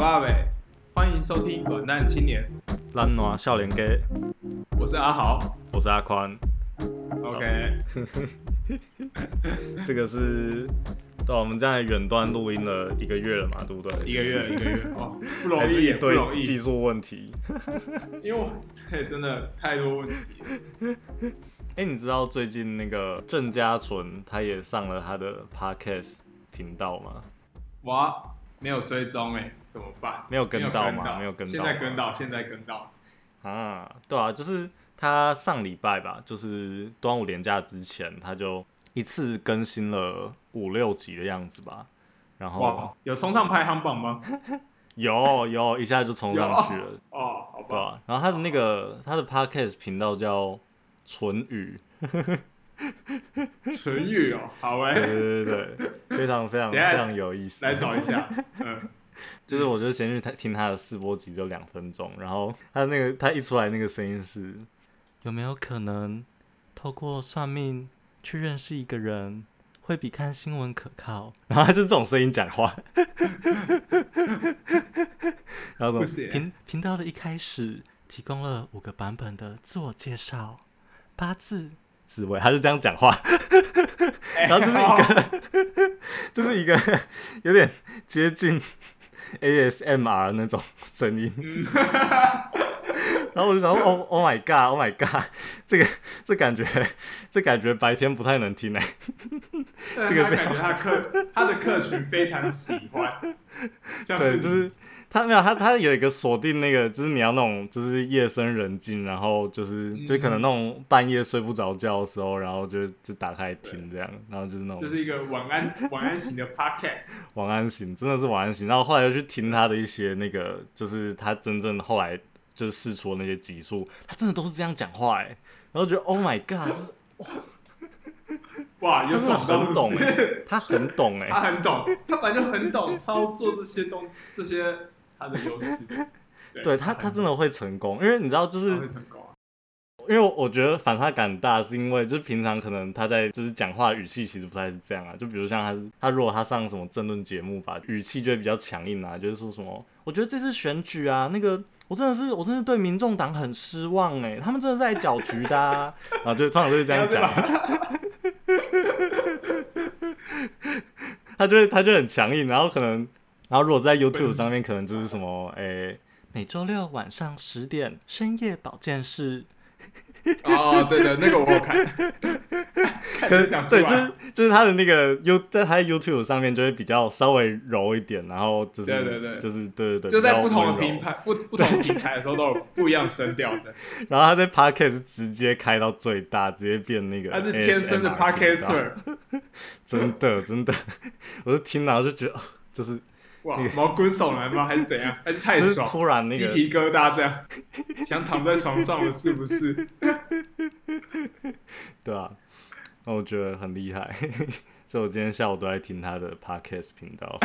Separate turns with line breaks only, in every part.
爸呗，欢迎收听《软蛋青年
烂暖笑脸给，》，
我是阿豪。
我是阿宽。
OK，
这个是到我们这样远端录音了一个月了嘛，对不对？
一个月一个月 哦，不容
还是
易，
一
不容
堆技
易，
术问题。
因为我对真的太多问题了。
哎、你知道最近那个郑家纯他也上了他的 podcast 频道吗？
哇，没有追踪哎、怎么办？
没有跟到吗
没
没有跟到
现在跟到，现在跟到。
啊，对啊，就是他上礼拜吧，就是端午连假之前，他就一次更新了五六集的样子吧。然后
哇，有冲上排行榜吗？
有有一下就冲上去了，
哦，好
对
吧，
啊，然后他的那个他的 podcast 频道叫纯语，
纯欲哦，好哎、
对对对 对，非常非
等
常非
一下
常有意思
来。找一 下。嗯，
就是我就先去他听他的试播集，就两分钟，然后他那个他一出来那个声音是有没有可能透过算命去认识一个人，会比看新闻可靠？然后他就这种声音讲话， 然后
不
什
行
么频频道的一开始提供了五个版本的自我介绍，八字。紫薇，他就这样讲话， 然后就是一个， 就是一个有点接近 ASMR 那种声音， 然后我就想说，Oh Oh my God，Oh my God，这个这感觉这感觉白天不太能听哎、
但
这个
他
是
感觉他客他的客群非常喜欢，像
对，就是他没有他他有一个锁定那个，就是你要那种就是夜深人静，然后就是就可能那种半夜睡不着觉的时候，然后就就打开听这样，然后就是那
这
种
是一个晚安晚安型的 podcast，
晚安型，真的是晚安型。然后后来又去听他的一些那个，就是他真正后来就是试出的那些集数，他真的都是这样讲话哎、然后觉得 Oh my God，就是
哇，有
他真的
爽到
很懂
是不
哎、
是
他很懂哎、
他很懂，他本来就很 懂操作这些东这些他的优势，
对他他真的会成功，因为你知道就是
他会成功啊，
因为我我觉得反差感很大，是因为就是平常可能他在就是讲话语气其实不太是这样啊，就比如像他是他如果他上什么政论节目吧，语气就会比较强硬啊，就是说什么我觉得这次选举啊，那个我真的是我真的对民众党很失望哎、他们真的是来搅局的、啊， 然后就通常都是这样讲啊
你要，
他就会他就很强硬，然后可能然后如果在 YouTube 上面可能就是什么诶、每周六晚上十点深夜保健室。
哦，对对，那个我有 看，看
可
你
是
讲出
对，
来
就是就是他的那个 U 在他的 YouTube 上面就会比较稍微柔一点，然后就是
对对对
就是对对对，
就
比
在
较
不同的
温柔
平，台不不同平台的时候都有不一样的声调 的，
然后他在 Podcast 直接开到最大，直接变那个
他是天生的
ASMR 频道
podcaster，
真的真的， 我就听了我就觉得，哦就是
哇，毛骨悚然吗？还是怎 样？还是太
就是
爽？
突然那
鸡
个
皮疙瘩这样，想躺在床上了是不是？
对啊，那我觉得很厉害， 所以我今天下午都在听他的 podcast 频道。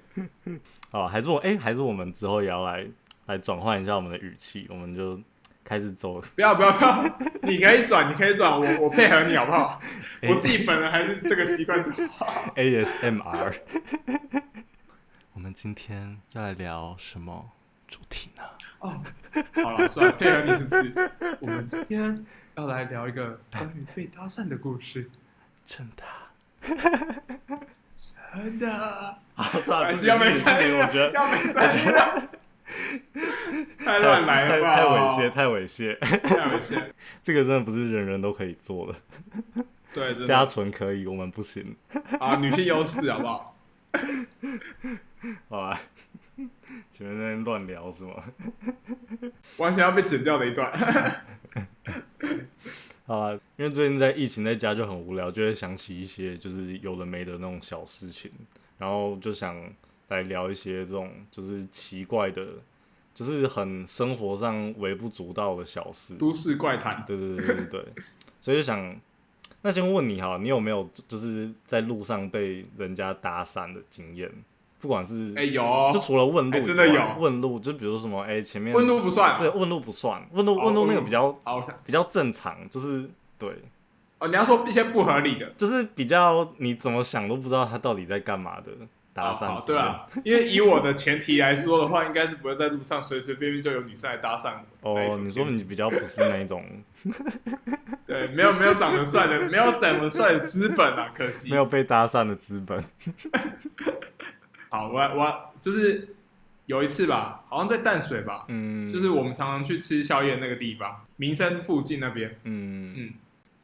哦，还是我哎、还是我们之后也要来来转换一下我们的语气，我们就开始走。
不要不要不要，你可以转，你可以转，我我配合你好不 好？
哎
我自己本人还是这个习惯就好。
ASMR。我们今天要来聊什么主题呢？
哦，好了，算了，配合你是不是？我们今天要来聊一个关于被搭讪的故事，
真 的？
真的。
好，啊算了，
还
不
是
行
要没啊
不行
声音
不行
了，
我觉得
要没声音了，太乱来
太
了吧？
太猥亵，太猥亵，
太猥亵。
这个真的不是人人都可以做的。
对，真
家
的
纯可以，我们不行，
啊，女性优势好不好？
好吧？ 前面在那边乱聊是吗？
完全要被剪掉的一段。
好啊，因为最近在疫情在家就很无聊，就会想起一些就是有的没的那种小事情，然后就想来聊一些这种就是奇怪的，就是很生活上微不足道的小事。对
都市怪谈，
对对对对， 所以就想，那先问你哈，你有没有就是在路上被人家搭讪的经验？不管是
哎、有哦
就除了问路以
哎
外、
真的有
问路，就比如什么哎、前面
温度不算。
对问路不算，问路
哦
问路
问
那个
路嗯
比较
好，我想
比较正常，就是对。
哦，你要说一些不合理的，
就是比较你怎么想都不知道他到底在干嘛的搭
好
讪
好
之
对
类的
啊，因为以我的前提来说的话，应该是不会在路上随随便便就有女生来搭讪我那一
哦，
种
你
前
说
提。
你比较不是那 一种
对，没有没有长得帅的，没有长得帅的资本啊，可惜。
没有被搭讪的资本，
好，我我就是有一次吧，好像在淡水吧，
嗯，
就是我们常常去吃宵夜那个地方，民生附近那边。
嗯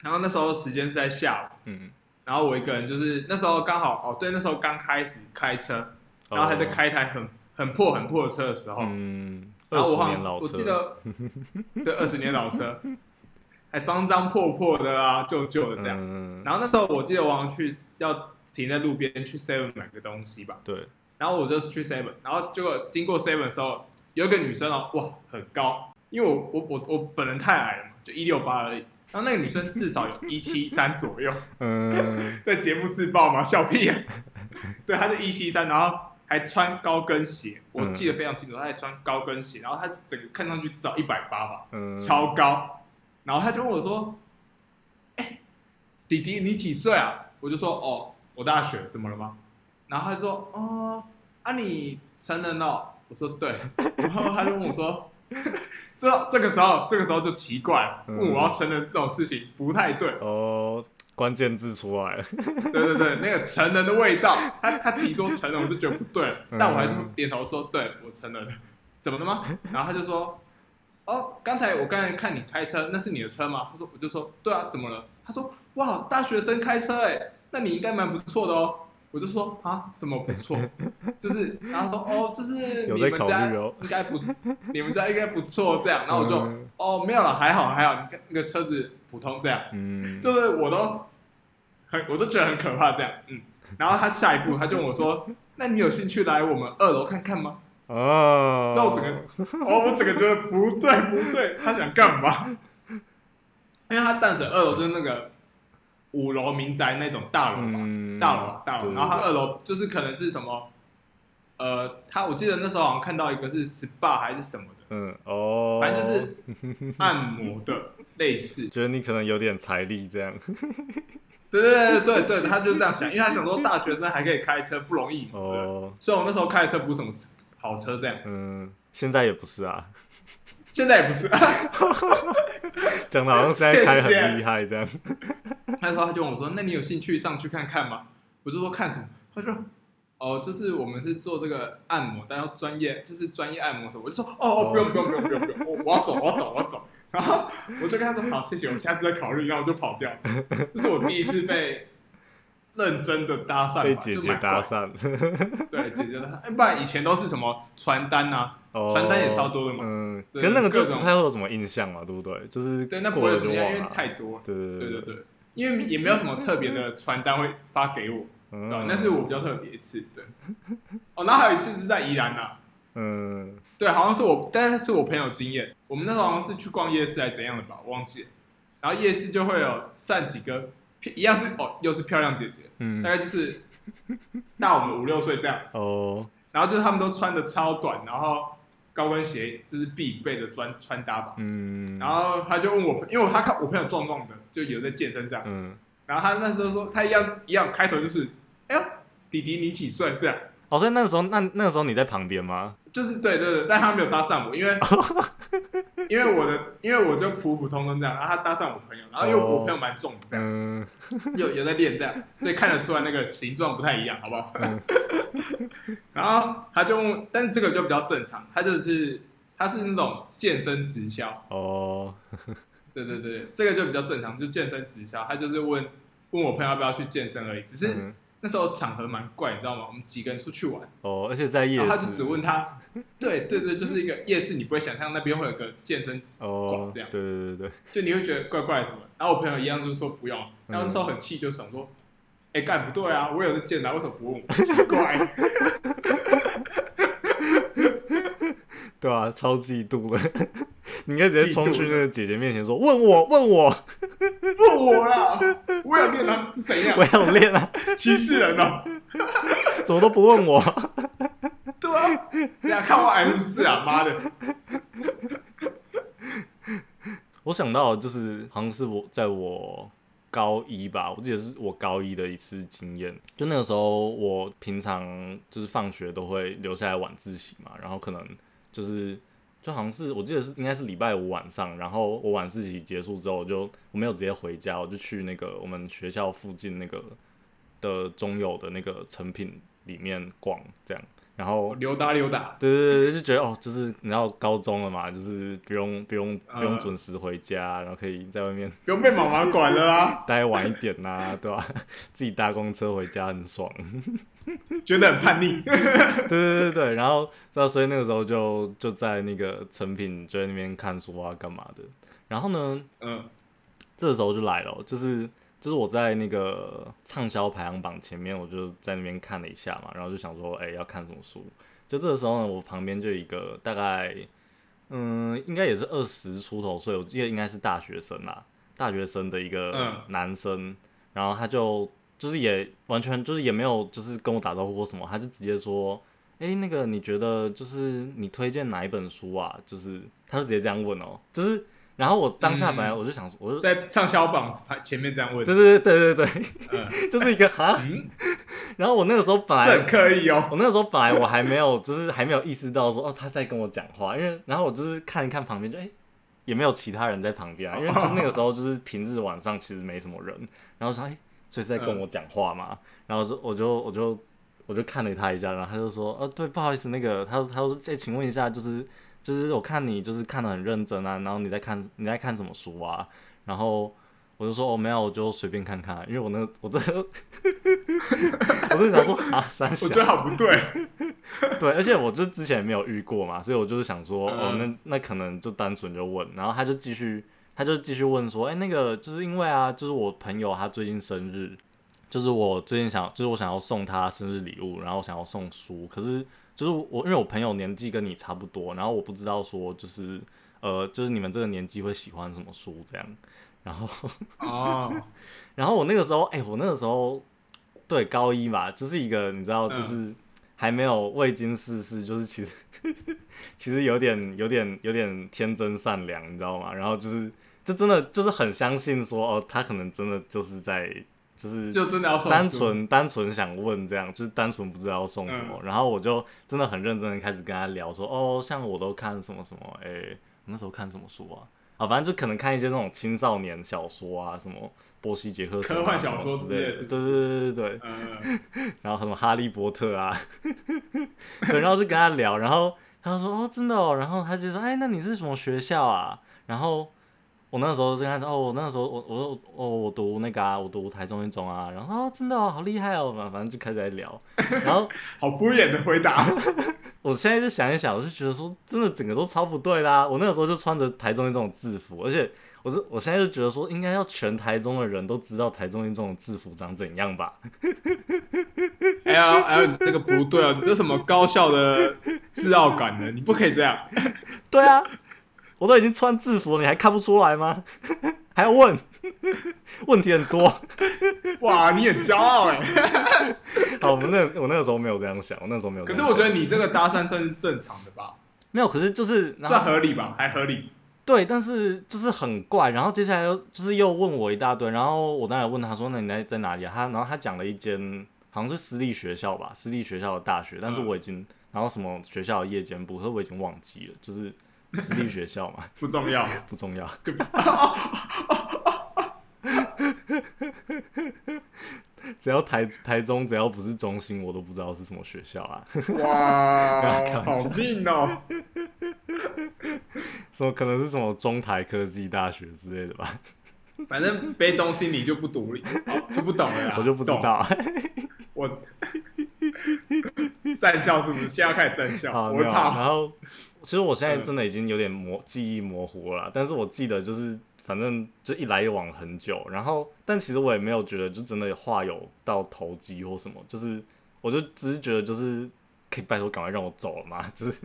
然后那时候时间是在下午，
嗯，
然后我一个人就是那时候刚好哦，对，那时候刚开始开车，然后还在开一台很很破很破的车的时候，
哦，嗯，
然
二
后
十
我好
年
像
老
我记
车，
得， 对，二十年老车，还脏脏破破的啊，旧旧的这样。
嗯，
然后那时候我记得我好像去要停在路边去 Seven 买个东西吧，
对，
然后我就去 Seven，然后结果经过 Seven 的时候，有一个女生哦，哇，很高，因为我我我我本人太矮了嘛，就一六八而已。然后那个女生至少有一七三左右，
嗯，
在节目自爆嘛，笑屁啊！对，她就一七三，然后还穿高跟鞋，我记得非常清楚，她还穿高跟鞋，然后她整个看上去至少一百八吧，
嗯，
超高。然后她就问我说：“哎、弟弟，你几岁啊？”我就说：“哦，我大学，怎么了吗？”然后她说：“哦，啊，你成人了哦？”我说：“对。” 然后她就问我说。 这这个时候，这个时候就奇怪了，问我要成人这种事情不太对，
哦，关键字出来了，
对对对，那个成人的味道，他他提说成人，我就觉得不对了，
嗯
但我还是点头说对，我承认了。怎么了吗？然后他就说，哦，刚才我刚才看你开车，那是你的车吗？他说，我就说，对啊，怎么了？他说，哇，大学生开车哎、那你应该蛮不错的哦。我就说啊，什么不错？就是，然后他说哦，就是
有
你
在
们
考
家
虑哦
应该不，你们家应该不错这样。然后我就、
嗯
哦，没有了，还好还好，你看那个车子普通这样。
嗯，
就是我都很，我都觉得很可怕这样，嗯。然后他下一步他就问我说：“那你有兴趣来我们二楼看看吗
哦，？”
然后我整个，哦，我整个觉得不对不对，他想干嘛？ 因为他淡水二楼就是那个五楼民宅那种大楼嘛，
嗯，
大楼啊大楼，
对
然后他二楼就是可能是什么，呃，他我记得那时候好像看到一个是 SPA 还是什么的，
嗯，哦，
反正就是按摩的类似，
觉得你可能有点财力这样，
对对对对对，他就这样想，因为他想说大学生还可以开车不容易嘛。对
哦，
虽然我那时候开的车不是什么好车，这样
嗯，现在也不是啊，
现在也不是。
讲的好像现在开
谢谢
很厉 害这样，
那时候他就问我说：“那你有兴趣上去看看吗？”我就说：“看什么？”他说：“哦，就是我们是做这个按摩，但要专业，就是专业按摩什么。”我就说：“哦
哦
哦，不用不用不用不用不用，我我要走我要走我要走。”然后我就跟他说：“好，谢谢，我下次再考虑。”然后我就跑掉了。这是我第一次被认真的搭讪吧，
被姐
就
姐
蛮怪
搭讪，
对，姐姐的，哎不然以前都是什么传单啊，
哦，
传单也超多的嘛。
嗯，
对
可是那个就
各种
不太会有什么印象嘛，对不对？就是
对，那不
过
会
了
有什
就
么
忘
样，因为
了，
太多了。
对对
对对，对，因为也没有什么特别的传单会发给我，对吧
嗯，
那是我比较特别一次。对，哦，然后还有一次是在宜兰啊，
嗯，
对，好像是我，但是是我朋友经验，我们那时候好像是去逛夜市还是怎样的吧，我忘记了。然后夜市就会有站几个，一样是哦，又是漂亮姐姐，
嗯
大，概就是大我们五六岁这样。
哦，
然后就是他们都穿的超短，然后高跟鞋就是必备的穿穿搭吧。
嗯，
然后他就问我，因为他看我朋友壮壮的，就有在健身这样。
嗯，
然后他那时候说，他一样一样开头就是，哎呦，弟弟你几岁？这样
哦，所以那个时候，那那个时候你在旁边吗？
就是对对对，但他没有搭讪我，因为因为 我的因为我就普普通通这样，然后他搭讪我朋友，然后因为我朋友蛮重的这样，
嗯，
有有在练这样，所以看得出来那个形状不太一样，好不好？ 然后他就问，但是这个就比较正常，他就是他是那种健身直销，
哦，
对对对，这个就比较正常，就健身直销，他就是问问我朋友要不要去健身而已，只是
嗯，
那时候场合蛮怪，你知道吗？我们几个人出去玩，
哦，而且在夜
然
市，
啊后他就只问他，对对对，就是一个夜市，你不会想象那边会有个健身，
哦，
这样
对对对对，
就你会觉得怪怪什么。然后我朋友一样就是说不用，
嗯
然后那时候很气，就想说，哎、干不对啊，我有在健啊，为什么不问我？奇怪。
对啊，超嫉妒了， 你应该直接
嫉妒
冲去那个姐姐面前说，问我，问我，
问我啦，我有练啊，你怎样
我？要练啊，
歧视人哦、
怎么都不问我，
对啊，这样看我矮是不是啊？妈的，
我想到就是好像是我在我高一吧，我记得是我高一的一次经验。就那个时候，我平常就是放学都会留下来晚自习嘛，然后可能就是就好像是我记得是应该是礼拜五晚上，然后我晚自习结束之后，我就我没有直接回家，我就去那个我们学校附近那个的中友的那个成品里面逛，这样，然后
溜达溜达，
对对对，就觉得哦，就是你知道高中了嘛，就是不用不用不用
呃
准时回家，然后可以在外面
不用被妈妈管了啦，
待晚一点呐、对吧、 自己搭公车回家很爽。
觉得很叛逆。
嗯对对对对，然后所以所以那个时候就就在那个成品就在那边看书啊干嘛的。然后呢，
嗯，
这时候就来了，就是就是我在那个畅销排行榜前面，我就在那边看了一下嘛，然后就想说，哎、要看什么书？就这个时候呢，我旁边就有一个大概，嗯，应该也是二十出头岁，我记得应该是大学生啦，大学生的一个
嗯
男生，然后他就就是也完全就是也没有就是跟我打招呼或什么，他就直接说。哎、那个你觉得就是你推荐哪一本书啊？就是他就直接这样问哦、就是然后我当下本来我就想说，我就
在畅销榜排前面这样问，
对对对对对
嗯，
对， 就是一个哈。
嗯
然后我那个时候本
这
来
很，刻意哦。
我那个时候本来我还没有，就是还没有意识到说哦他在跟我讲话，因为然后我就是看一看旁边就哎、也没有其他人在旁边啊，因为就是那个时候就是平日晚上其实没什么人，然后说哎、所以是在跟
嗯
我讲话嘛，然后就我就我就我就看了他一下，然后他就说哦对不好意思那个他他说哎、请问一下就是就是我看你就是看的很认真啊，然后你在看你在看什么书啊，然后。我就说哦没有，我就随便看看，因为我那个我这 我就想说啊三小，
我觉得好不 对，
对，而且我就之前也没有遇过嘛，所以我就是想说，哦，
嗯
那那可能就单纯就问，然后他就继续，他就继续问说，哎、那个就是因为啊，就是我朋友他最近生日，就是我最近想，就是我想要送他生日礼物，然后想要送书，可是就是我因为我朋友年纪跟你差不多，然后我不知道说就是呃，就是你们这个年纪会喜欢什么书这样，然后
哦，
然后我那个时候，哎、我那个时候对高一嘛，就是一个你知道，就是还没有未经世事，就是其实 其实有点有点有点天真善良，你知道吗？然后就是就真的就是很相信说，哦，他可能真的就是在就是
就真的要送
单
书
纯单纯想问这样，就是单纯不知道送什
嗯
么，然后我就真的很认真的开始跟他聊说，哦，像我都看什么什么，哎、我那时候看什么书啊？啊，反正就可能看一些那种青少年小说啊，什么波西·杰克逊、啊、
科幻
什么
小说
之
之类
类
的是
对
不
对对对对对，
嗯，
然后什么哈利波特啊， 对，然后就跟他聊，然后他说哦真的哦，然后他就说哎那你是什么学校啊？然后我那时候就跟他说哦我那时候我我说哦我读那个啊我读台中一中啊，然后哦真的哦好厉害哦，反反正就开始在聊，然后
好敷衍的回 答，
我现在就想一想，我就觉得说，真的整个都超不对啦。我那个时候就穿着台中一中的制服，而且我就我现在就觉得说，应该要全台中的人都知道台中一中的制服长怎样吧？
哎呀，哎呀，你这个不对哦，你这什么高校的自傲感呢？你不可以这样。
对啊，我都已经穿制服了，你还看不出来吗？ 还要问？问题很 多。
哇，你很骄傲哎。
好，我们那我那个时候没有这样想，我那时候没有这
可
样
是
想。
我觉得你这个搭讪算是正常的吧，
没有，可是就是然后
算合理吧，还合理。
对，但是就是很怪，然后接下来又就是又问我一大堆，然后我当然问他说：“那你在在哪里、啊？”他然后他讲了一间好像是私立学校吧，私立学校的大学，但是
嗯
我已经、然后什么学校的夜间部，可是我已经忘记了，就是私立学校嘛，
不重 要，
不重要。只要台台中只要不是中心，我都不知道是什么学校啊，
哇，
玩
好命哦！
什么可能是什么中台科技大学之类的吧，
反正杯中心你就不独立，哦就不懂了啦，
我就不知
懂。
道。
我 站校是不是？现在要开始站校，我嗯
好，啊没
会
有。
怕。
然后，其实我现在真的已经有点模记忆模糊了啦，但是我记得就是反正就一来一往很久，然后但其实我也没有觉得就真的有话有到投机或什么，就是我就只是觉得就是可以拜托赶快让我走了嘛， 就是。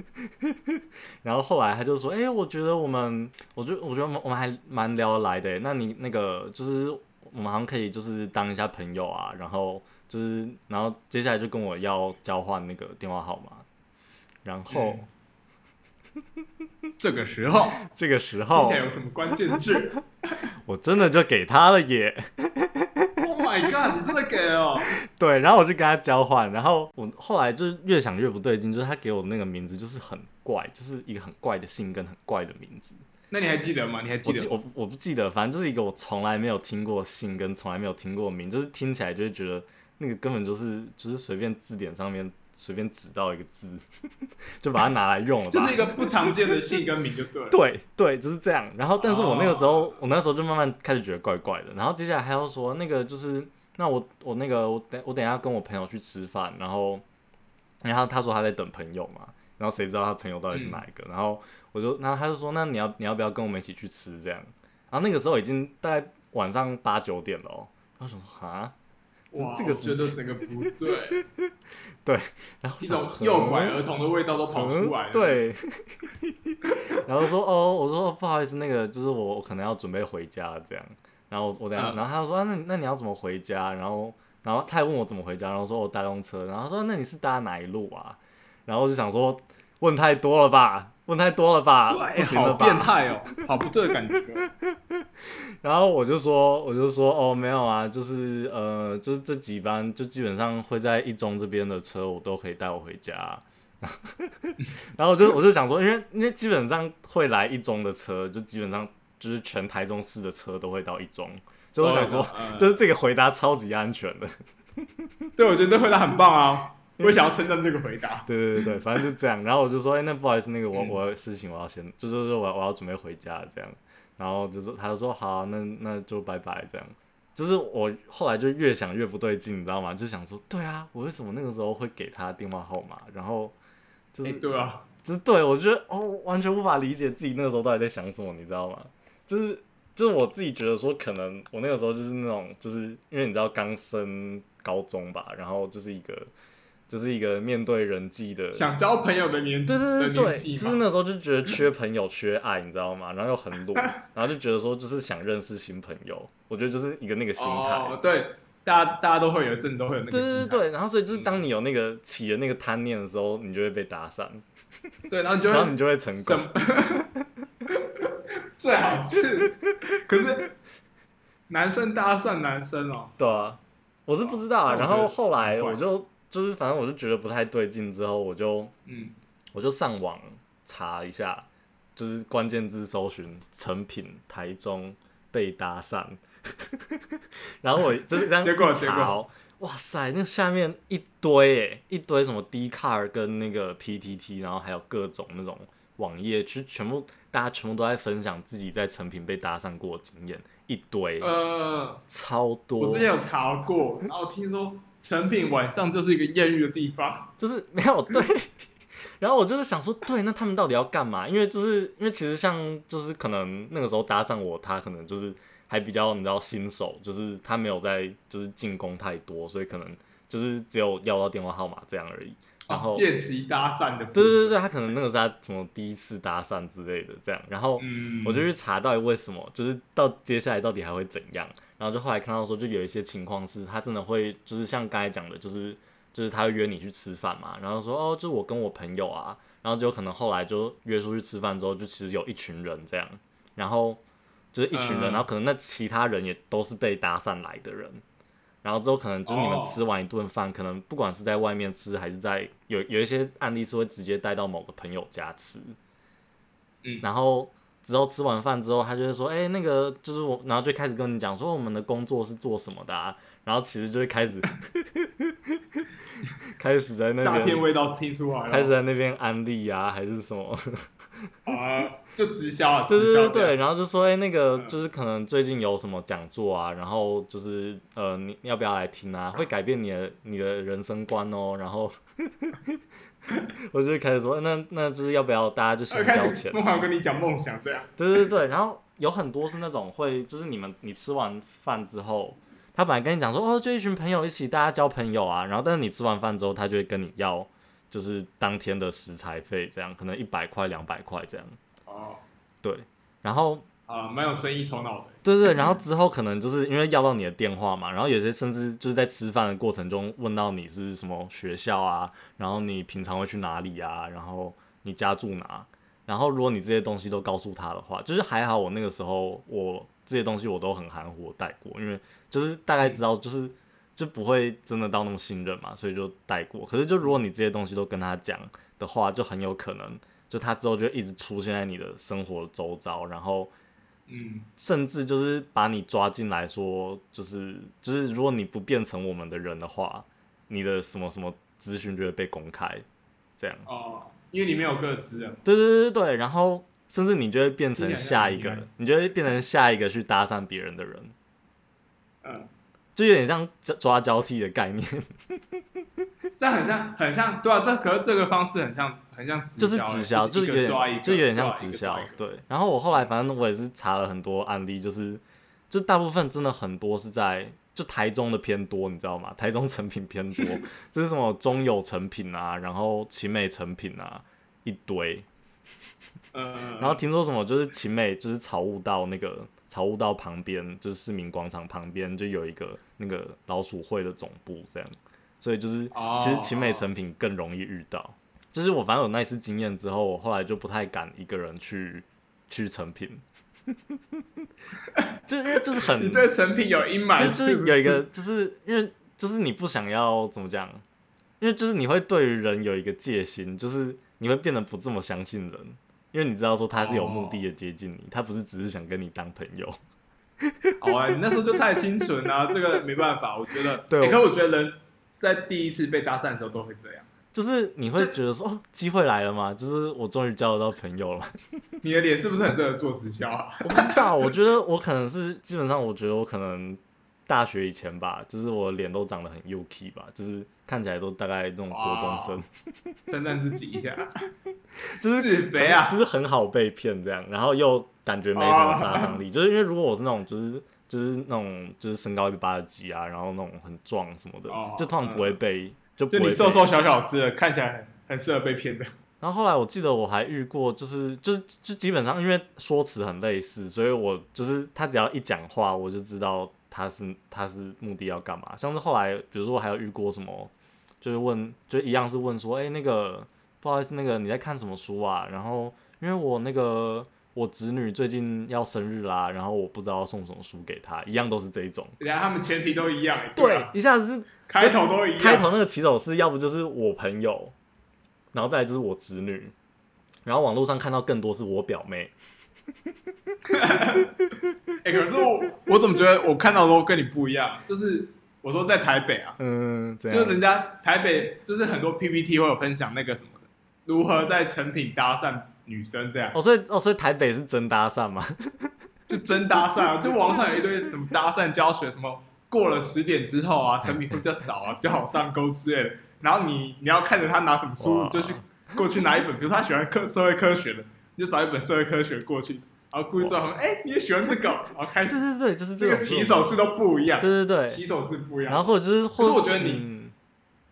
然后后来他就说：“哎、我觉得我们，我觉得我觉得我们我们还蛮聊得来的欸。那你那个就是我们好像可以就是当一下朋友啊，然后就是然后接下来就跟我要交换那个电话号码。”然后、
这个时候
这个时
听
候
起，来有什么关键字？
我真的就给他了耶。
Oh my god！你真的给哦？
对，然后我就跟他交换，然后我后来就是越想越不对劲，就是他给我那个名字就是很怪，就是一个很怪的姓跟很怪的名字。
那你还记得吗？你还记
我
得
记
吗？
我不我不记得，反正就是一个我从来没有听过姓跟从来没有听过名，就是听起来就会觉得那个根本就是就是随便字典上面随便指到一个字， 就把它拿来用了吧，
就是一个不常见的姓跟名就对了。
对对，就是这样。然后，但是我那个时候，
哦
我那时候就慢慢开始觉得怪怪的。然后接下来还要说那个就是，那我我那个我等我等一下跟我朋友去吃饭，然后然后他说他在等朋友嘛，然后谁知道他朋友到
嗯
底是哪一个？然后我就，然后他就说那你要你要不要跟我们一起去吃这样？然后那个时候已经大概晚上八九点了哦。然后我想说啊，
哇，
这个
我觉得整个不对，
然后我
一
想
种
说
诱拐儿童的味道都跑出来了。
嗯，对， 然后说哦，我说、哦不好意思，那个就是我我可能要准备回家这样。然后我等下，
嗯
然后他就说、啊那你那你要怎么回家？然后然后他还问我怎么回家，然后说我哦搭公车。然后他说那你是搭哪一路啊？然后我就想说问太多了吧，问太多了吧，啊不
对，
行了
哎好
吧？
变态哦，好不对的感觉。
然后我就说，我就说，哦，没有啊，就是呃，就是这几班，就基本上会在一中这边的车，我都可以带我回家。 然后我就我就想说，因为因为基本上会来一中的车，就基本上就是全台中市的车都会到一中， 所以我想说，
嗯，
就是这个回答超级安全的。
对，我觉得这回答很棒啊，我也想要称赞这个回答。
对对对对，反正就这样。然后我就说，哎、那不好意思，那个我
嗯
我有事情我要先，就是说我我要准备回家这样。然后就说，他就说好，那那就拜拜这样。就是我后来就越想越不对劲，你知道吗？就想说，对啊，我为什么那个时候会给他电话号码？然后就是、
哎，对啊，
就是对我觉得哦，完全无法理解自己那个时候到底在想什么，你知道吗？就是就是我自己觉得说，可能我那个时候就是那种，就是因为你知道刚升高中吧，然后就是一个就是一个面对人际的，
想交朋友的年纪
对对对
的
对，
年纪
就
嘛
是那时候就觉 得缺朋友缺爱，你知道吗？然后又很鲁，然后就觉得说就是想认识新朋友，我觉得就是一个那个心态。
哦，对，大家大家都会有，郑州会有那个
对对
心嗯
对对，然后所以就是当你有那个起了那个贪念的时候，你就会被搭讪，
对对，然后你就
然后
会
你就会成功
怎。么 最好是，可是男生搭讪男生哦，
对啊，我是不知道
那
啊。
我
然
觉得
后后来
很怪
我就就是反正我就觉得不太对劲，之后我就
嗯，
我就上网查一下，就是关键字搜寻成品台中被搭讪， 然后我就是这样
结果
一查哦哇塞，那下面一堆诶，一堆什么 d c a r 跟那个 PTT，然后还有各种那种网页，其实全部大家全部都在分享自己在成品被搭讪过的经验，一堆、
呃，
超多。
我之前有查过，然后听说成品晚上就是一个艳遇的地方，
就是 没有对。然后我就是想说，对，那他们到底要干嘛？因为就是因为其实像就是可能那个时候搭上我，他可能就是还比较你知道新手，就是他没有在就是进攻太多，所以可能就是只有要到电话号码这样而已。然后、
练习啊搭讪的，
对对对，对，他可能那个是他什么第一次搭讪之类的这样。然后
嗯，
我就去查到底为什么，就是到接下来到底还会怎样。然后就后来看到说，就有一些情况是他真的会，就是像刚才讲的，就是就是他会约你去吃饭嘛，然后说哦，就我跟我朋友啊，然后就可能后来就约出去吃饭之后，就其实有一群人这样，然后就是一群人，
嗯
然后可能那其他人也都是被搭讪来的人。然后之后可能就是你们
哦
吃完一顿饭可能不管是在外面吃还是在有有一些案例是会直接带到某个朋友家吃，
嗯
然后之后吃完饭之后，他就会说，哎、那个就是我，然后就开始跟你讲说我们的工作是做什么的、啊，然后其实就会开始 开始在那
诈骗
边
味道听出来
开始
了，
在那边安利啊，还是什么，
啊，就直销啊，
对
直
对
销这
对对，
样，
然后就说，哎、那个
嗯
就是可能最近有什么讲座啊，然后就是呃，你要不要来听啊？会改变你的你的人生观哦，然后。 我就开始说，哎那那就是要不要大家就先
然后
交
呃开
钱
始？梦华跟你讲梦想这样，
对对对，然后有很多是那种会，就是你们你吃完饭之后，他本来跟你讲说哦，就一群朋友一起大家交朋友啊，然后但是你吃完饭之后，他就会跟你要就是当天的食材费，这样可能一百块两百块这样，
哦，
对，然后
啊，蛮有生意头脑的，
对对，对然后之后可能就是因为要到你的电话嘛，然后有些甚至就是在吃饭的过程中问到你是什么学校啊，然后你平常会去哪里啊，然后你家住哪，然后如果你这些东西都告诉他的话，就是还好我那个时候我这些东西我都很含糊地带过，因为就是大概知道就是就不会真的到那么信任嘛，所以就带过。可是就如果你这些东西都跟他讲的话，就很有可能就他之后就一直出现在你的生活周遭，然后
嗯，
甚至就是把你抓进来说，就是就是如果你不变成我们的人的话，你的什么什么资讯就会被公开，这样。
哦，因为你没有各自了，
对对对对，然后甚至你就会变成
听起来
下
像
一个
很奇怪，
你就会变成下一个去搭讪别人的人，
嗯，
就有点像抓抓交替的概念，
这很像，很像，对啊，这可是这个方式很像，很像直
就是
销欸，
直销，就
就是是
有
一个抓一
点
个，
就有点像
对啊
直
一个
销
抓一个，
对。然后我后来反正我也是查了很多案例，就是就大部分真的很多是在就台中的偏多，你知道吗？台中成品偏多， 就是什么中友成品啊，然后奇美成品啊，一堆。
嗯，
然后听说什么就是秦美就是草悟道那个草悟道旁边就是市民广场旁边就有一个那个老鼠会的总部这样，所以就是
哦
其实秦美成品更容易遇到。就是我反正有那一次经验之后，我后来就不太敢一个人去去成品， 就因为就是很
你对成品有阴霾，
就是有一个，就是因为就是你不想要怎么讲，因为就是你会对于人有一个戒心，就是你会变得不这么相信人，因为你知道说他是有目的的接近你，他不是只是想跟你当朋 友。
哦、你那时候就太清纯啦、 这个没办法，我觉得。
对
欸可我觉得人在第一次被搭讪的时候都会这样，
就是你会觉得说哦，机会来了嘛，就是 我终于交得到朋友了。
你的脸是不是很适合做直销啊？
我不知道，我觉得我可能是基本上，我觉得我可能大学以前吧，就是我脸都长得很 U K 吧，就是看起来都大概这种国中生
哇，称赞自己一下，
就是
自卑啊
就是很好被骗这样，然后又感觉没什么杀伤
哦
力，就是因为如果我是那种就是就是那种就是身高一百八十几啊，然后那种很壮什么的，
哦
就通常不会被、就不
就
会
你
被
瘦瘦小小只的，看起来很很适合被骗的。
然后后来我记得我还遇过、就是，就是就基本上因为说辞很类似，所以我就是他只要一讲话，我就知道他是他是目的要干嘛。像是后来，比如说我还有遇过什么，就是问就一样是问说，哎、那个不好意思，那个你在看什么书啊？然后因为我那个我侄女最近要生日啦，然后我不知道送什么书给她，一样都是这一种。
人家他们前提都一样、欸，
对
啊，
一下子是
开头都一样，
开头那个起手是要不就是我朋友，然后再来就是我侄女，然后网络上看到更多是我表妹，
哎、可是我我怎么觉得我看到都跟你不一样？就是我说在台北啊，
嗯，这
就是人家台北就是很多 PPT 会有分享那个什么的，如何在成品搭讪女生这样，
哦，所以哦，所以台北是真搭讪嘛？
就真搭讪啊，就网上有一堆什么搭讪教学，什么过了十点之后啊，成品会比较少啊，比较好上钩之类的。然后你你要看着他拿什么书，
哇
你就去过去拿一本，比如说他喜欢科社会科学的，你就找一本社会科学过去，然后故意做他们，哎、你也喜欢这个，然后开
对
始
对对，就是
这
这
个
种
起，手式都不一样，
对对
起
对，
手式不一样。
然后或者就是，或者
可是我觉得你
嗯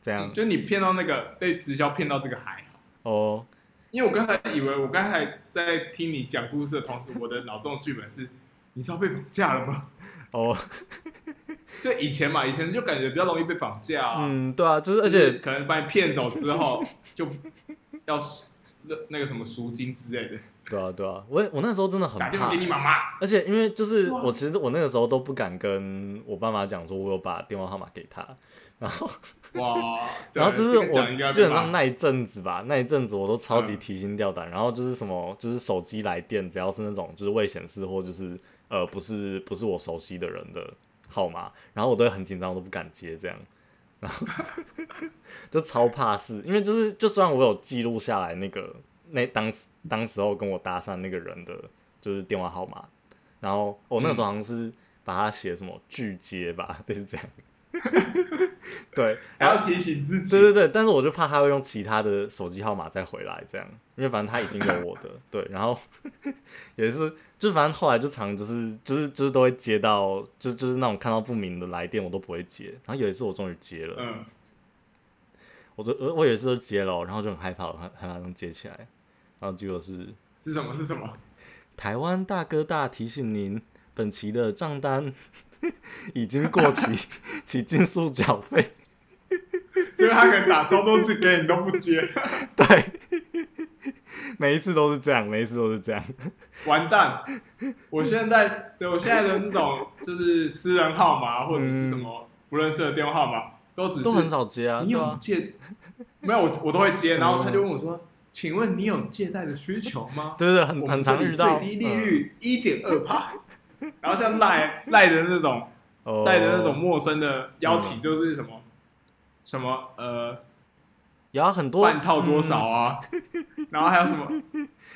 这样
就你骗到那个被直销骗到这个还好，
哦，
因为我刚才以为我刚才在听你讲故事的同时，我的脑中的剧本是你是要被绑架了 吗？
哦，
就以前嘛，以前就感觉比较容易被绑架啊，
嗯，对啊，就是而
就是
且
可能把你骗走之后就要赎那那个什么赎金之类的，
对啊对啊，我也我那时候真的很
打电话
怕
给，你妈妈，
而且因为就是
对啊
我其实我那个时候都不敢跟我爸妈讲说我有把电话号码给他，然后。
哇，对
然后就是
这
我
个讲应该
基
被
本
骂
上
死，
那一阵子吧，那一阵子我都超级
嗯
提心吊胆。然后就是什么，就是手机来电，只要是那种就是未显示或就是呃不是不是我熟悉的人的号码，然后我都会很紧张，我都不敢接这样。然后 就超怕事，因为就是就算我有记录下来那个那当时当时候跟我搭讪那个人的就是电话号码，然后我、那时
嗯
候好像是把它写什么拒接吧， 类似这样。对，
还要提醒自
对
己，
对对，但是我就怕他会用其他的手机号码再回来，这样，因为反正他已经有我的， 对，然后也是，就反正后来就常就是就是就是都会接到，就就是那种看到不明的来电我都不会接，然后有一次我终于接了，
嗯，
我就我我有一次就接了哦，然后就很害怕，我很害怕能接起来，然后结果是
是什么是什么？
台湾大哥大提醒您，本期的账单 已经过期，请尽速缴费。
就是他可能打超多次给你都不接，
对， 每一次都是这样，每一次都是这样。
完蛋！我现在对我现在的那种就是私人号码或者是什么不认识的电话号码，都只是
嗯都很少接啊，
你
对
有
啊
借？没有，我我都会接。
嗯
然后他就问我说：“请问你有借贷的需求吗
对对对，？”
我
很
们
很
这
常
里
遇到嗯
最低利率一点二趴。 然后像赖赖的那种
嗯
带着
哦
那种陌生的邀请，就是什么什么呃
也要啊很多
半套多少啊， 然后还有什么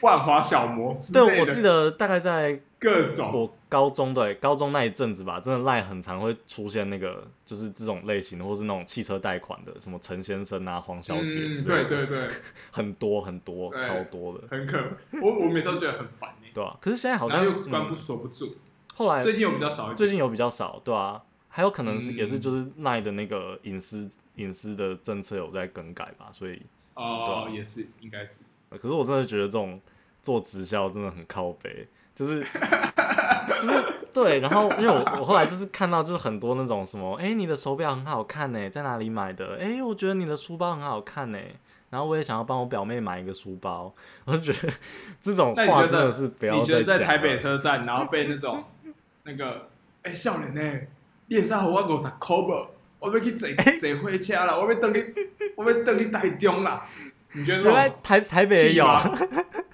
万华小魔之
嗯对，
类
我记
的
得大概在
各种，
我高中对高中那一阵子吧，真的赖很常会出现那个就是这种类型的，或是那种汽车贷款的，什么陈先生啊、黄小姐之类的，
嗯，对对对，
很多很多
对
超多的，
很可， 我我每次都觉得很烦欸
对吧、啊可是现在好
然
像
后又关不
嗯
锁不住。
后来
最近我比较少一点，
最近有比较少，对啊，还有可能是、
嗯
也是就是赖的那个隐私隐私的政策有在更改吧，所以，
哦
对，啊
也是应该是，
呃可是我真的觉得这种做直销真的很靠背，就是 就是对，然后因为我我后来就是看到就是很多那种什么，哎、你的手表很好看呢、在哪里买的？哎、我觉得你的书包很好看呢、然后我也想要帮我表妹买一个书包，我 就觉得这种
那你觉
话
得
真的是不要
你觉
再
得在
讲
台
了
北车站，然后被那种 那个哎少年呢，练啥好我五十块无，我要去 坐
欸
坐火车啦，我要等去，我要等去台中啦。你觉得这
原来
种
台台北也
气
有，啊
吗？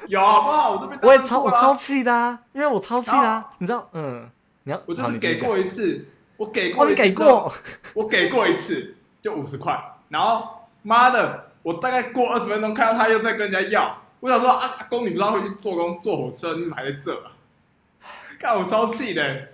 有好不 好？我都被
我也
当
超我
过啦
超，气的、啊，因为我超气的、啊，你知道，嗯，你要
我就
好
是
你继续
给
讲
过一次，我给
哦，
过，
你给，过，
我给过一次，就五十块，然后妈的，我大概过二十分钟看到他又在跟人家要，我想说啊，阿公你不知道会去做工坐火车，你怎么还在这啊？看我超气的、欸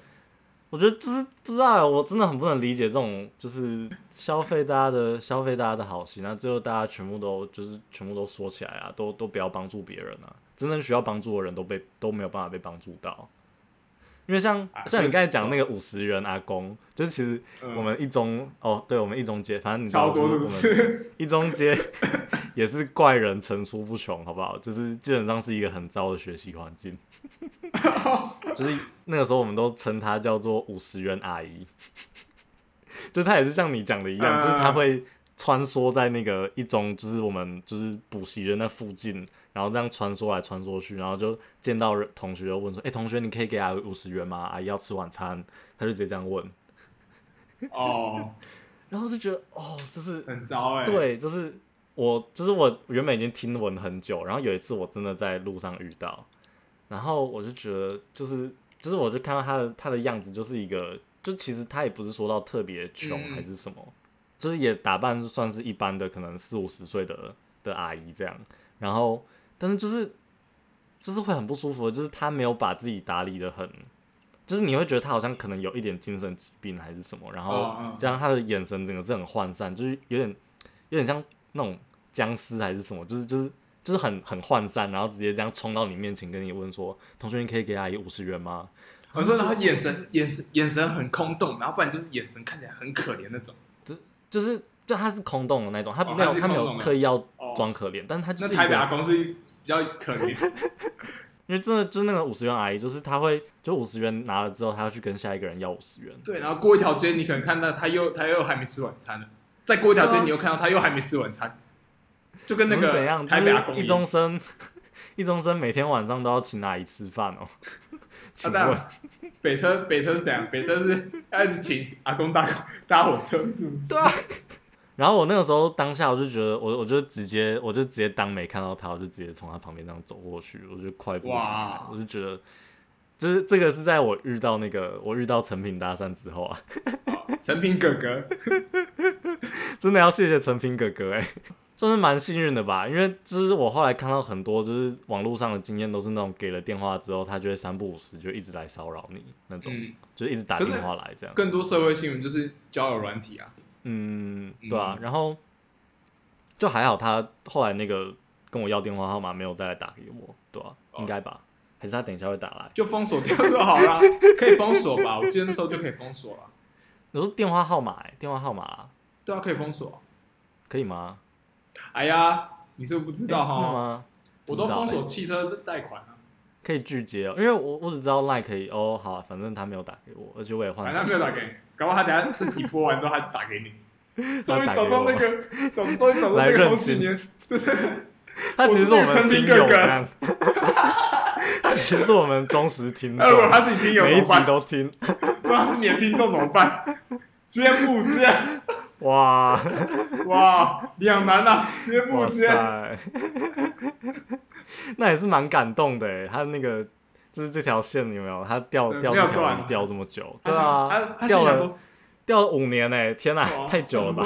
我觉得就是不知道，啊我真的很不能理解这种就是消费大家的消费大家的好心，那最后大家全部都就是全部都缩起来啊，都都不要帮助别人啊，真正需要帮助的人都被都没有办法被帮助到，因为像
啊
像你
对
刚才讲那个五十元阿公，就是其实
嗯
我们一中、哦，对我们一中街，反正你知道
超多
就是是
不
我们
是？
一中街也是怪人层出不穷，好不好？就是基本上是一个很糟的学习环境，就是那个时候我们都称她叫做五十元阿姨，就她也是像你讲的一
嗯
样，就是她会穿梭在那个一中，就是我们就是补习的那附近，然后这样穿梭来穿梭去，然后就见到人同学就问说：“哎、同学，你可以给阿姨五十元吗？阿姨要吃晚餐。”她就直接这样问，
哦，
然后就觉得哦，就是
很糟哎、，
对，就是我，就是我原本已经听闻很久，然后有一次我真的在路上遇到，然后我就觉得，就是就是我就看到他的他的样子，就是一个，就其实他也不是说到特别穷
嗯
还是什么，就是也打扮算是一般的，可能四五十岁的的阿姨这样，然后但是就是就是会很不舒服，就是他没有把自己打理的很。就是你会觉得他好像可能有一点精神疾病还是什么，然后
哦嗯
加上他的眼神整个是很涣散，就是有点有点像那种僵尸还是什么，就是就是就是很很涣散，然后直接这样冲到你面前跟你问说：“同学，你可以给阿姨五十元吗
我说然后眼神眼神眼神很空洞，然后不然就是眼神看起来很可怜那种。？”
就是就他是空洞的那种，他
哦
没有、
他是
他
空
没
洞的
有刻意要
哦
装可怜，但是他就
那
是一
台北阿
个，
公是比较可怜，
因为真的就是那个五十元阿姨，就是他会就五十元拿了之后，他要去跟下一个人要五十元，
对，然后过一条街，你可能看到他又他又还没吃晚餐呢，再过一条
对
街，
啊
你又看到他又还没吃晚餐，就跟那
你们怎
个
样？就
台北阿公
是
样
一
啊
中生， 一中生每天晚上都要请阿姨吃饭哦。
啊，
请
当
问，
然， 北车北车是怎样？北车是要一直请阿公搭搭火车，是不是？
对啊然后我那个时候当下我就觉得，我我就直接我就直接当没看到他，我就直接从他旁边这样走过去，我就快步离开
哇，
我就觉得。就是这个是在我遇到那个我遇到成品搭讪之后啊，
成品哥哥，
真的要谢谢成品哥哥哎、算是蛮幸运的吧。因为就是我后来看到很多就是网络上的经验都是那种给了电话之后，他就会三不五时就一直来骚扰你那种，
嗯，
就一直打
可是
电话来这样。
更多社会新闻就是交友软体啊，
嗯，对啊，
嗯
然后就还好，他后来那个跟我要电话号码没有再来打给我，对啊，
哦
应该吧？还是他等一下会打来？
就封锁掉就好啦，可以封锁吧？我记得那时候就可以封锁了，
你说电话号码、欸，电话号码啊、
对啊，可以封锁。
可以吗？
哎呀，你是不是不知
知
道
哎真的
哈？
吗？
我都
不知道
封
欸
锁汽车贷款啊，
可以拒接、哦，因为我我只知道 line 可以哦，好啊，反正他没有打给我，而且我也换
反
手
正
机，
没有打给你，搞不好他等下这集播完之后他 就打给你。终于
他打给
找到
我
那个，终终于找到那
来
个
认
好几
亲
年，对对，
他其实是我们听友这样，
我
他其实是我们忠实 听众
那，如果哎他是你听友
每一
怎么
集
办？
都听，
不知道他是你的听众怎么办？ 接不接？
哇
哇，两难啊，接不
哇
接？
塞， 那也是蛮感动的诶。他那个就是这条线有没有？他掉
嗯
掉
没有
这条
断
鱼掉这么久，
他
对
想
啊
他，他
掉
心想
了
说
掉了五年哎，天哪，
哇
太久了吧？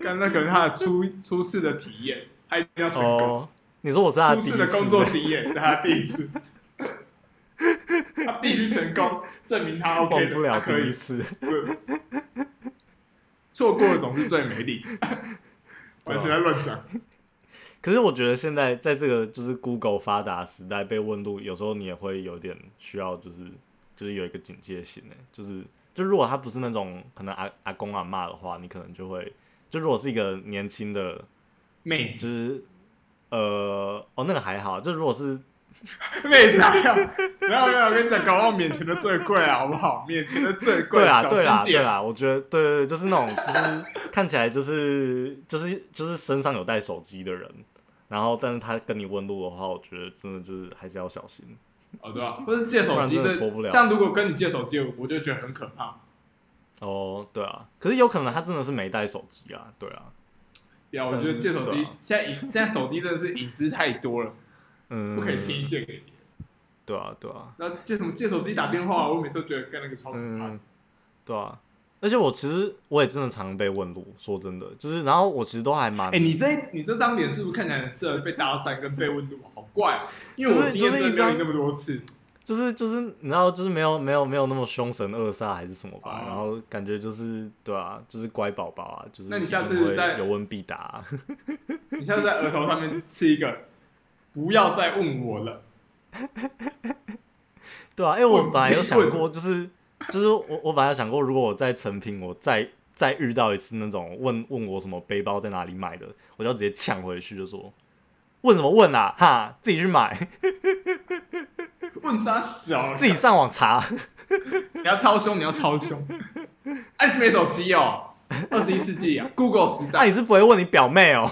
干那可能他的初初次的体验，他一定要成功。
哦，你说我是他
初
第
次
一次
的工 作
欸
经验，是他第一 次，他必须成功，证明他 OK
忘
的，
不了
他可
第一
以。
次，
不错过的总是最美丽，完全在乱讲。
可是我觉得现在在这个就是 Google 发达时代，被问路有时候你也会有点需要，就是就是有一个警戒心诶，欸就是就如果他不是那种可能阿阿公阿嬷的话，你可能就会就如果是一个年轻的，
妹
就
子，
是呃哦那个还好，就如果是
妹子还好，没有没有，我跟你讲，搞到免钱的最贵啊，好不好？免钱的最贵，
对啦
小
对啦
心
对
点。
啦，我觉得对对对，就是那种就是看起来就是就是就是身上有带手机的人，然后但是他跟你问路的话，我觉得真的就是还是要小心。
哦，对吧？或是借手机，
不然真的脱不
这
了
像如果跟你借手机，我就觉得很可怕。
哦，对啊，可是有可能他真的是没带手机啊，对啊，
对啊，我觉得借手
但是
机
对啊
现在隐现在手机真的是隐私太多了，
嗯，
不可以轻易借给你。
对啊，对啊，
那借什么借手机打电话，我每次都觉得跟那个超可怕。
嗯，对啊，而且我其实我也真的常被问路，说真的，就是然后我其实都还蛮，
哎、你这你这张脸是不是看起来很适合被搭讪跟被问路？好怪、哦，因为
就
我
是
经验
就是
真的没
一
有
张
你那么多次。
就是就是你知道，就是没有没有没有那么凶神恶煞还是什么吧，
哦
然后感觉就是对啊，就是乖宝宝啊，就是
那你下次
一定会
再
有问必答啊、
你现在在额头上面吃一个，不要再问我了。
对啊，因为我
问
本来有
必
想
问
过，就是就是我我本来想过，如果我在成品，我再再遇到一次那种问问我什么背包在哪里买的，我就要直接抢回去，就说问什么问啊，哈，自己去买，
问啥小？
自己上网 查。
你要超凶，你要超凶。爱是没手机哦，二十一世纪啊，Google 时
那、
代
你是不会问你表妹哦、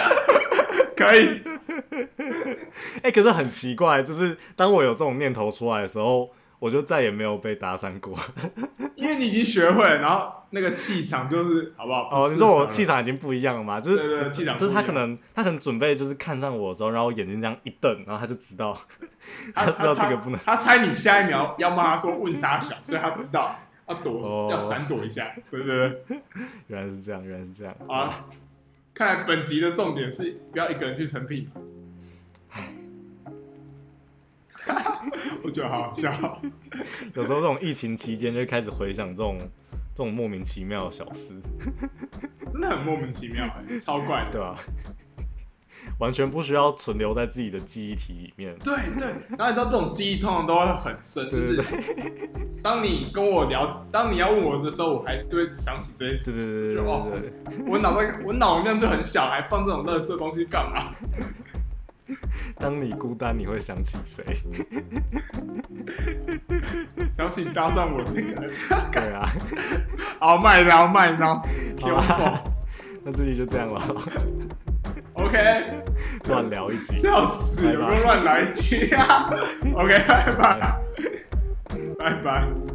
可以。
哎、可是很奇怪，就是当我有这种念头出来的时候，我就再也没有被搭讪过。
因为你已经学会了，然后那个气场就是好不好？
哦，你说我气场已经不一样了嘛？就
对
是
对对，气场
就
不
是
一
他
样
可能他可能准备就是看上我的时候，然后我眼睛这样一瞪，然后他就知道
他
他知道这个不能
他猜你下一秒要骂他说问啥小，所以他知道要躲，
哦
要闪躲一下，对不对？
原来是这样，原来是这样。
啊，看来本集的重点是不要一个人去成品。 我觉得好好笑，
有时候这种疫情期间就会开始回想这种这种莫名其妙的小事，
真的很莫名其妙、超怪
对
的。
吧、 完全不需要存留在自己的记忆体里面。
对对，然后你知道这种记忆通常都会很深，就
对
是
对
当你跟我聊，当你要问我的时候，我还是会想起这件事情。
对对对对
就哦
对对对，
我脑袋我脑容量就很小，还放这种垃圾东西干嘛？
当你孤单，你会想起谁？
想请搭上我那个人。
对啊，
好卖刀卖刀，
好吧， 那这集就这样了，
OK，
乱聊一集，
笑 死，有没有乱来接啊？OK，拜拜，拜拜。